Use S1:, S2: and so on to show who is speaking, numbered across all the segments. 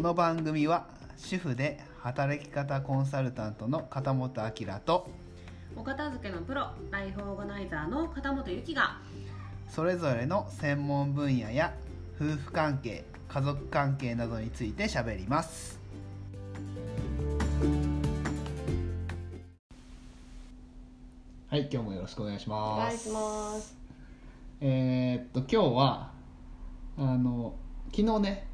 S1: の番組は主婦で働き方コンサルタントの片本明と
S2: お片付けのプロライフオーガナイザーの片本由紀が
S1: それぞれの専門分野や夫婦関係家族関係などについてしゃべりますはい今日もよろしくお願いします
S2: ます
S1: えーっと今日はあの昨日ね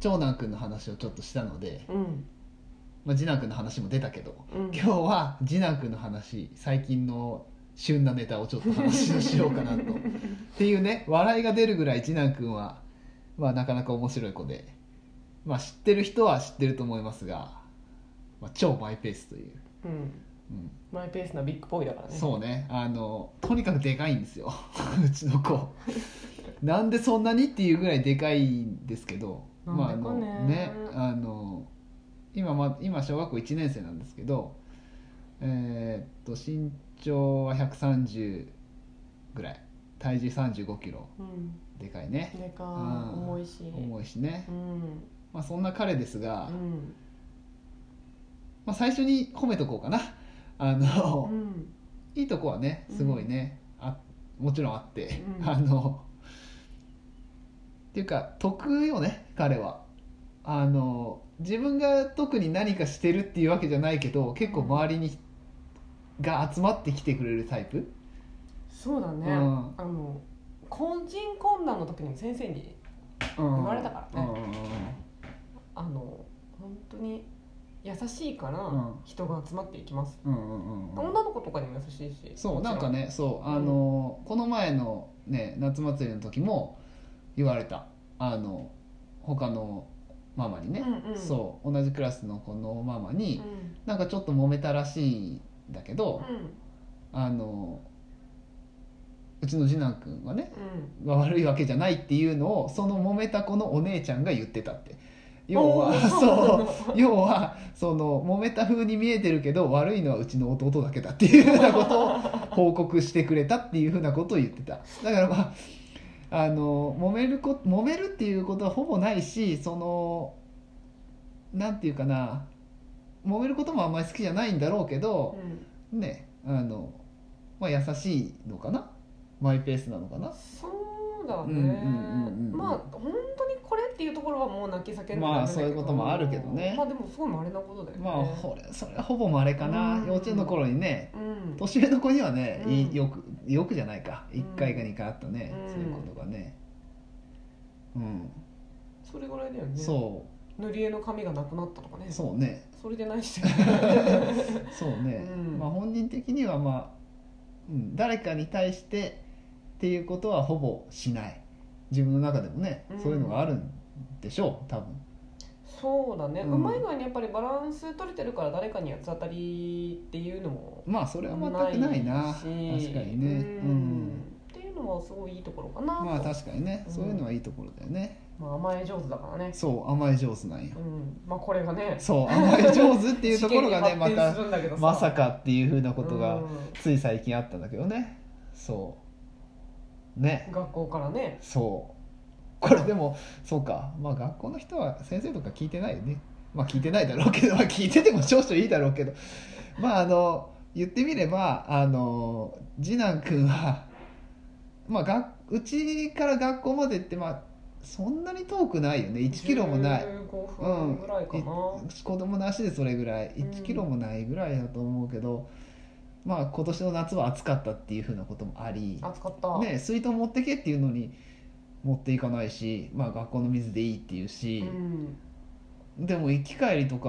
S1: 長男くんの話をちょっとしたので、
S2: うん
S1: まあ、次男くんの話も出たけど、
S2: うん
S1: 今日は次男くんの話最近の旬なネタをちょっと話をしようかなとっていうね笑いが出るぐらい次男くんは、まあ、なかなか面白い子で、まあ、知ってる人は知ってると思いますが、まあ、超マイペースという、
S3: うん、
S1: うん、
S3: マイペースなビッグボーイだからね
S1: そうねあのとにかくでかいんですよ うちの子なんでそんなにっていうぐらいでかいんですけど
S3: なんで
S1: あ
S3: か
S1: あ
S3: ね
S1: のねあの今ま今小学校1年生なんですけどえーっと身長は130ぐらい体重3 5キロ
S3: うん、
S1: でかいね
S3: でかい
S1: うん
S3: 重いし
S1: 重いしね
S3: う、ん
S1: まあ、そんな彼ですが、
S3: うん
S1: まあ、最初に褒めとこうかなあの、
S3: うん
S1: いいとこはねすごいね、あもちろんあって、
S3: うん
S1: あのっていうか得よね彼はあの自分が特に何かしてるっていうわけじゃないけど結構周りに、が集まってきてくれるタイプ
S3: そうだね、
S1: うん
S3: あの個人困難の時にも先生に
S1: 言
S3: 言われたからねあの本当に優しいから
S1: うん
S3: 人が集まっていきます、
S1: うんうんうんうんうん
S3: 女の子とかにも優しいし
S1: そう
S3: もちろ
S1: なんかねそうあの、この前のね夏祭りの時も言われたあの他のママにね、
S3: うんうん
S1: そう同じクラスのこのママに、
S3: うん
S1: なんかちょっと揉めたらしいんだけど、あのうちの次男くんはね
S3: うん
S1: 悪いわけじゃないっていうのをその揉めた子のお姉ちゃんが言ってたって要
S3: お
S1: は
S3: ー
S1: そう 要はその揉めた風に見えてるけど悪いのはうちの弟だけだっていうふうなことを報告してくれたっていうふうなことを言ってただからまああの揉めるこ揉めるっていうことはほぼないしそのなんていうかな揉めることもあんまり好きじゃないんだろうけど
S3: う、ん
S1: ねあの、まあ、優しいのかなマイペースなのかな
S3: そうだね、
S1: うんうんうんうん
S3: まあ本当にこれっていうところはもう泣き叫んでる
S1: まあそういうこともあるけどね
S3: まあでもすごい稀なことだよね
S1: まあほれそれはほぼまれかな、
S3: うん
S1: 幼稚園の頃にね
S3: うん
S1: 年上の子にはね、い
S3: うん
S1: よくよくじゃないか
S3: うん
S1: 1回か2回あったね、
S3: うん
S1: そういうことがねうん、
S3: それぐらいだよね
S1: そ
S3: 塗り絵の紙がなくなったとかね
S1: うそうね
S3: それでな いしてる
S1: そうね、
S3: うん
S1: まあ本人的にはまあ、うん、誰かに対してっていうことはほぼしない自分の中でもね、
S3: うん
S1: そういうのがあるんでしょう多分
S3: そうだね、
S1: うん
S3: うまい具合にやっぱりバランス取れてるから誰かに八つ当たりっていうのも
S1: まあそれは全くないな
S3: し
S1: 確かにね
S3: う
S1: う
S3: ん
S1: ん
S3: っていうのはすごいいいところかなと、
S1: まあ確かにね、
S3: うん
S1: そういうのはいいところだよね
S3: まあ甘え上手だからね
S1: そう甘え上手なんよ
S3: うんまあこれがね
S1: そう甘え上手っていうところがねま
S3: 試験に 発展す
S1: た
S3: るんだけどさ
S1: まさかっていうふうなこと
S3: う
S1: が
S3: ん
S1: つい最近あったんだけどねそうね
S3: 学校からね
S1: そうこれでもそうかまあ学校の人は先生とか聞いてないよねまあ聞いてないだろうけど、まあ、聞いてても少々いいだろうけどまああの言ってみればあの次男君はまあがうちから学校までってまあそんなに遠くないよね1キロもない
S3: 15
S1: うん
S3: 分ぐらいかな、
S1: い子供の足でそれぐらい
S3: うん
S1: 1キロもないぐらいだと思うけど、まあ今年の夏は暑かったっていうふうなこともあり
S3: 暑かった、
S1: ね、水筒持ってけっていうのに持っていかないし、まあ、学校の水でいいっていう
S3: う
S1: し、
S3: ん、
S1: でも行き帰りとか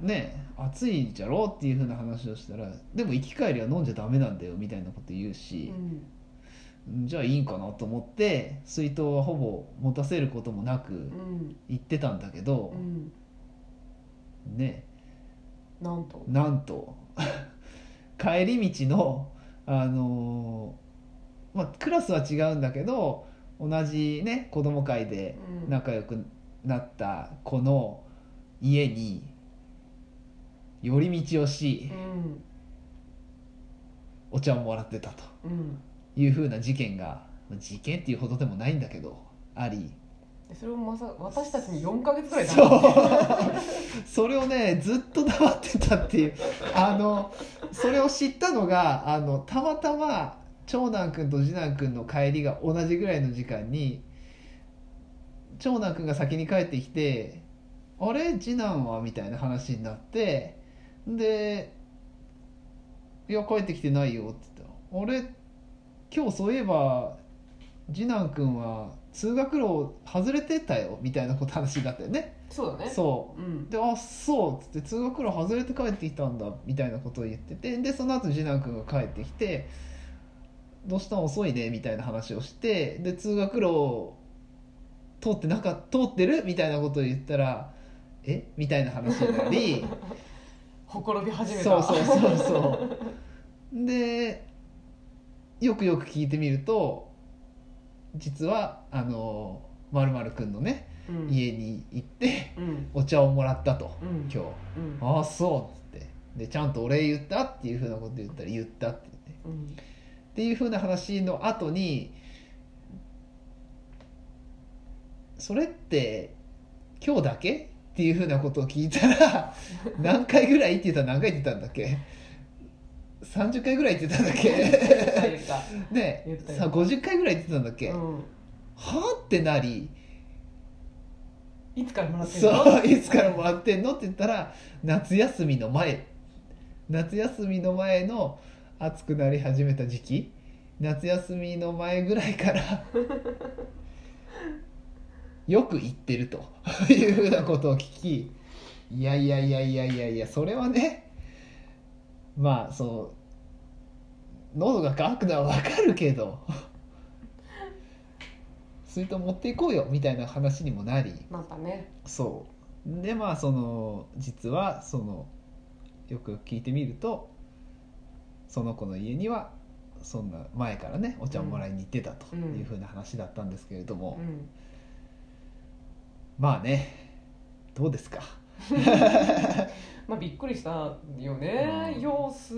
S1: ね暑いじゃろっていうふうな話をしたらでも行き帰りは飲んじゃダメなんだよみたいなこと言うし、じゃあいいんかなと思って水筒はほぼ持たせることもなく
S3: うん
S1: 行ってたんだけ
S3: う
S1: ど、
S3: ん
S1: ね
S3: なんと
S1: なんと 帰り道の、あのーまあ、クラスは違うんだけど同じね子供会で
S3: うん
S1: 仲良くなった子の家に寄り道をし
S3: うん
S1: お茶をもらってたと
S3: うん
S1: いうふうな事件がまあ事件っていうほどでもないんだけどあり
S3: でそれをまさ私たちに4か月くらい
S1: そ
S3: 黙って
S1: うそれをねずっと黙ってたっていうあのそれを知ったのがあのたまたま長男くんと次男くんの帰りが同じぐらいの時間に長男くんが先に帰ってきて「あれ次男は?」みたいな話になってで「いや帰ってきてないよ」って言ったら「あれ今日そういえば次男くんは通学路外れてたよ」みたいなこと話になったよね。
S3: そうだね
S1: そううんで「あそう」っつって通学路外れて帰ってきたんだみたいなことを言っててでその後次男君が帰ってきて「どうしたん遅いね」みたいな話をしてで通学路通ってなか通ってるみたいなことを言ったら「えみたいな話になり
S3: ほころび 始めた
S1: そうそうそうそうでよくよく聞いてみると実はあのまるくんのね
S3: う、ん、
S1: 家に行って
S3: うん
S1: お茶をもらったと。
S3: うん
S1: 今日
S3: うん
S1: 「ああそう」っつってでちゃんとお礼言ったっていうふうなこと言ったら「言った」って言って
S3: うん
S1: っていうふうな話の後に「それって今日だけ?」っていうふうなことを聞いたら 何回ぐらいって言ったら何回って言ったんだっけ30回ぐらいって言ったんだっ
S3: 言った
S1: け
S3: 言った
S1: ね
S3: 言ったよ
S1: さ50回ぐらいって言ったんだっけ、
S3: う
S1: は
S3: ん
S1: あってなり
S3: いつからもらってんの
S1: そういつからもらってんのって言ったら夏休みの前夏休みの前の暑くなり始めた時期夏休みの前ぐらい からよく行ってると いうふうなことを聞きいやいやいやいやいやいやそれはねまあそう喉が渇くのはわかるけど 水筒持っていこうよみたいな話にもなり
S3: なんかね
S1: そうでまあその実はそのよくよく聞いてみるとその子の家にはそんな前からねお茶をもらいに行ってたと
S3: うん
S1: いうふうな話だったんですけれど
S3: う
S1: も、
S3: ん
S1: まあねどうですか
S3: まあびっくりしたよね、
S1: うん
S3: ようす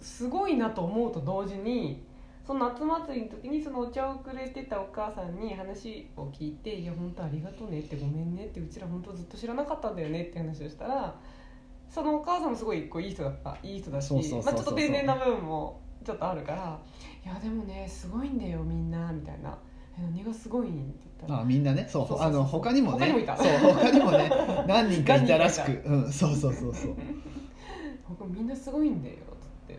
S3: すごいなと思うと同時にその夏祭りの時にそのお茶をくれてたお母さんに話を聞いて「いや本当ありがとうね」って「ごめんね」って「うちら本当ずっと知らなかったんだよね」って話をしたらそのお母さんもすごいこういい人だったいい人だし
S1: そうそうそうそ
S3: ま
S1: う
S3: あちょっと天然な部分もちょっとあるから「いやでもねすごいんだよみんな」みたいな「え何がすごいん?」って言ったら
S1: あみんなねそう
S3: そうそうそう
S1: あの他にもね
S3: 他にもいた
S1: そう他にもね何人かいたらしく
S3: 何
S1: うん、そうそうそうそう
S3: 僕みんなすごいんだよ」つって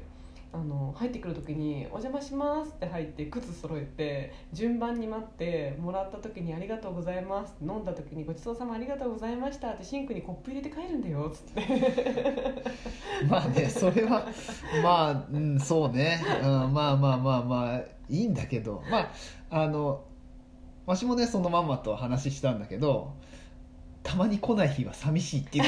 S3: あの入ってくる時に「お邪魔します」って入って靴揃えて順番に待ってもらった時に「ありがとうございます」飲んだ時に「ごちそうさまありがとうございました」ってシンクにコップ入れて帰るんだよつって
S1: まあねそれはまあ、うん、そうね、うん、まあまあまあまあいいんだけどまああのわしもねそのママと話したんだけどたまに来ない日は寂しいっ ていう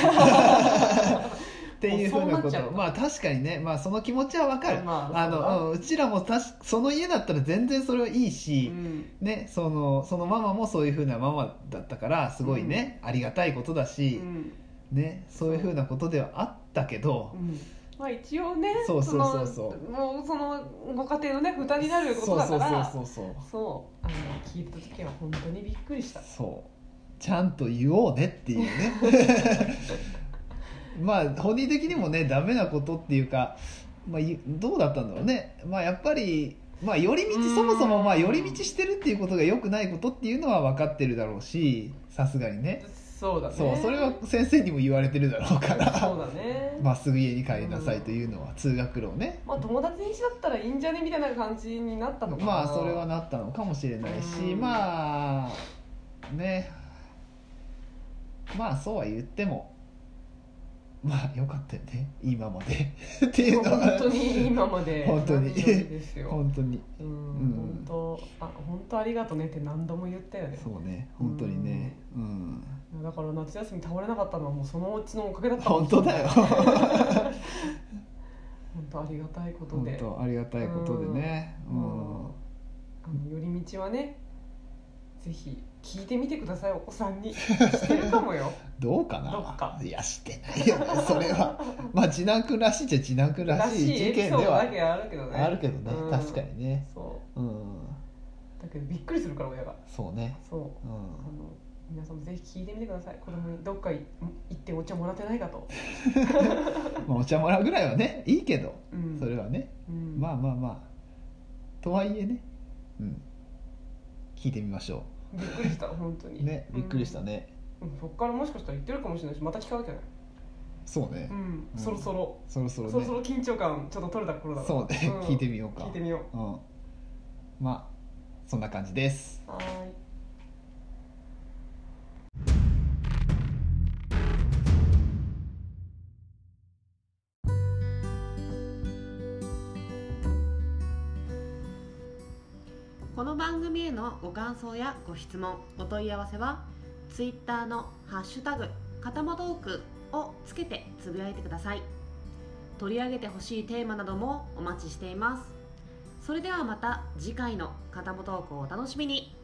S1: っていうふうな
S3: もうそうな
S1: こ
S3: っち
S1: と
S3: ゃう
S1: まあ確かにね、まあ、その気持ちはわかる、
S3: ま
S1: あ
S3: そうだ
S1: のうんうちらもたしその家だったら全然それはいいし、
S3: うん
S1: ね、そのそのママもそういうふうなママだったからすごいね、ありがたいことだ
S3: う
S1: し、
S3: ん
S1: ね、そういうふうなことではあったけど、
S3: うんまあ一応ね
S1: そうそうそうそう
S3: のもうそのご家庭のね負担になることだから
S1: そうそうそうそう
S3: そうあの聞いた時は本当にびっくりした
S1: そうちゃんと言おうね っていうねまあ本人的にもねダメなことっていうか、まあ、いどうだったんだろうねまあやっぱりまあ寄り道
S3: うん
S1: そもそもまあ寄り道してるっていうことが良くないことっていうのは分かってるだろうしさすがにね
S3: そうだね
S1: そうそれは先生にも言われてるだろうから
S3: そうだね
S1: まっすぐ家に帰りなさいというのは通学路をね
S3: まあ友達にしだったらいいんじゃねみたいな感じになったのかな
S1: まあそれはなったのかもしれないし
S3: うん
S1: まあねまあそうは言ってもまあよかったよね今ま でっていうの
S3: 本当
S1: は
S3: に今ま で
S1: 本当に
S3: 何よりですよ
S1: 本当に
S3: うん
S1: うん
S3: 本当あ本当ありがとねって何度も言ったよね
S1: そうね本当にねうん
S3: だから夏休み倒れなかったのはもうそのうちのおかげだった
S1: 本当だよ
S3: 本当ありがたいこと
S1: 本
S3: で
S1: 当ありがたいことでねう
S3: うん
S1: ん
S3: あの寄り道はねぜひ聞いてみてくださいお子さんにしてるかもよ
S1: どうかな
S3: どうか
S1: いやしてないよねそれは まあ次男君らしいじゃ次男君 ら
S3: ら
S1: し
S3: し
S1: い
S3: いエ
S1: 事
S3: ピ
S1: 件
S3: ソー
S1: で
S3: ド
S1: は
S3: だけあるけどね
S1: あるけどね
S3: うん
S1: 確かにね
S3: そ
S1: うん
S3: うだけどびっくりするから親が
S1: そうね
S3: そう
S1: う
S3: あ
S1: ん
S3: の皆さんもぜひ聞いてみてください子供にどっかい行ってお茶もらってないかと、
S1: まあ、お茶もらうぐらいはねいいけど
S3: うん、
S1: それはね、
S3: うん
S1: まあまあまあとはいえね、うん、聞いてみましょ
S3: びっくりした本当
S1: う
S3: に
S1: ねびっくりした
S3: ね、
S1: ね、
S3: うんそっからもしかしたら言ってるかもしれないしまた聞かなきゃね
S1: そうね
S3: う、ん、
S1: うん
S3: そろそろ
S1: そろそろね
S3: そろそろ緊張感ちょっと取れた頃だ
S1: そうね、
S3: ん
S1: 聞いてみようか
S3: 聞いてみよ
S1: うん、まあそんな感じです
S3: うはーい
S2: この番組へのご感想やご質問お問い合わせは Twitter の「ハッシュタグかたもトーク」をつけてつぶやいてください取り上げてほしいテーマなどもお待ちしていますそれではまた次回の「かたもトーク」をお楽しみに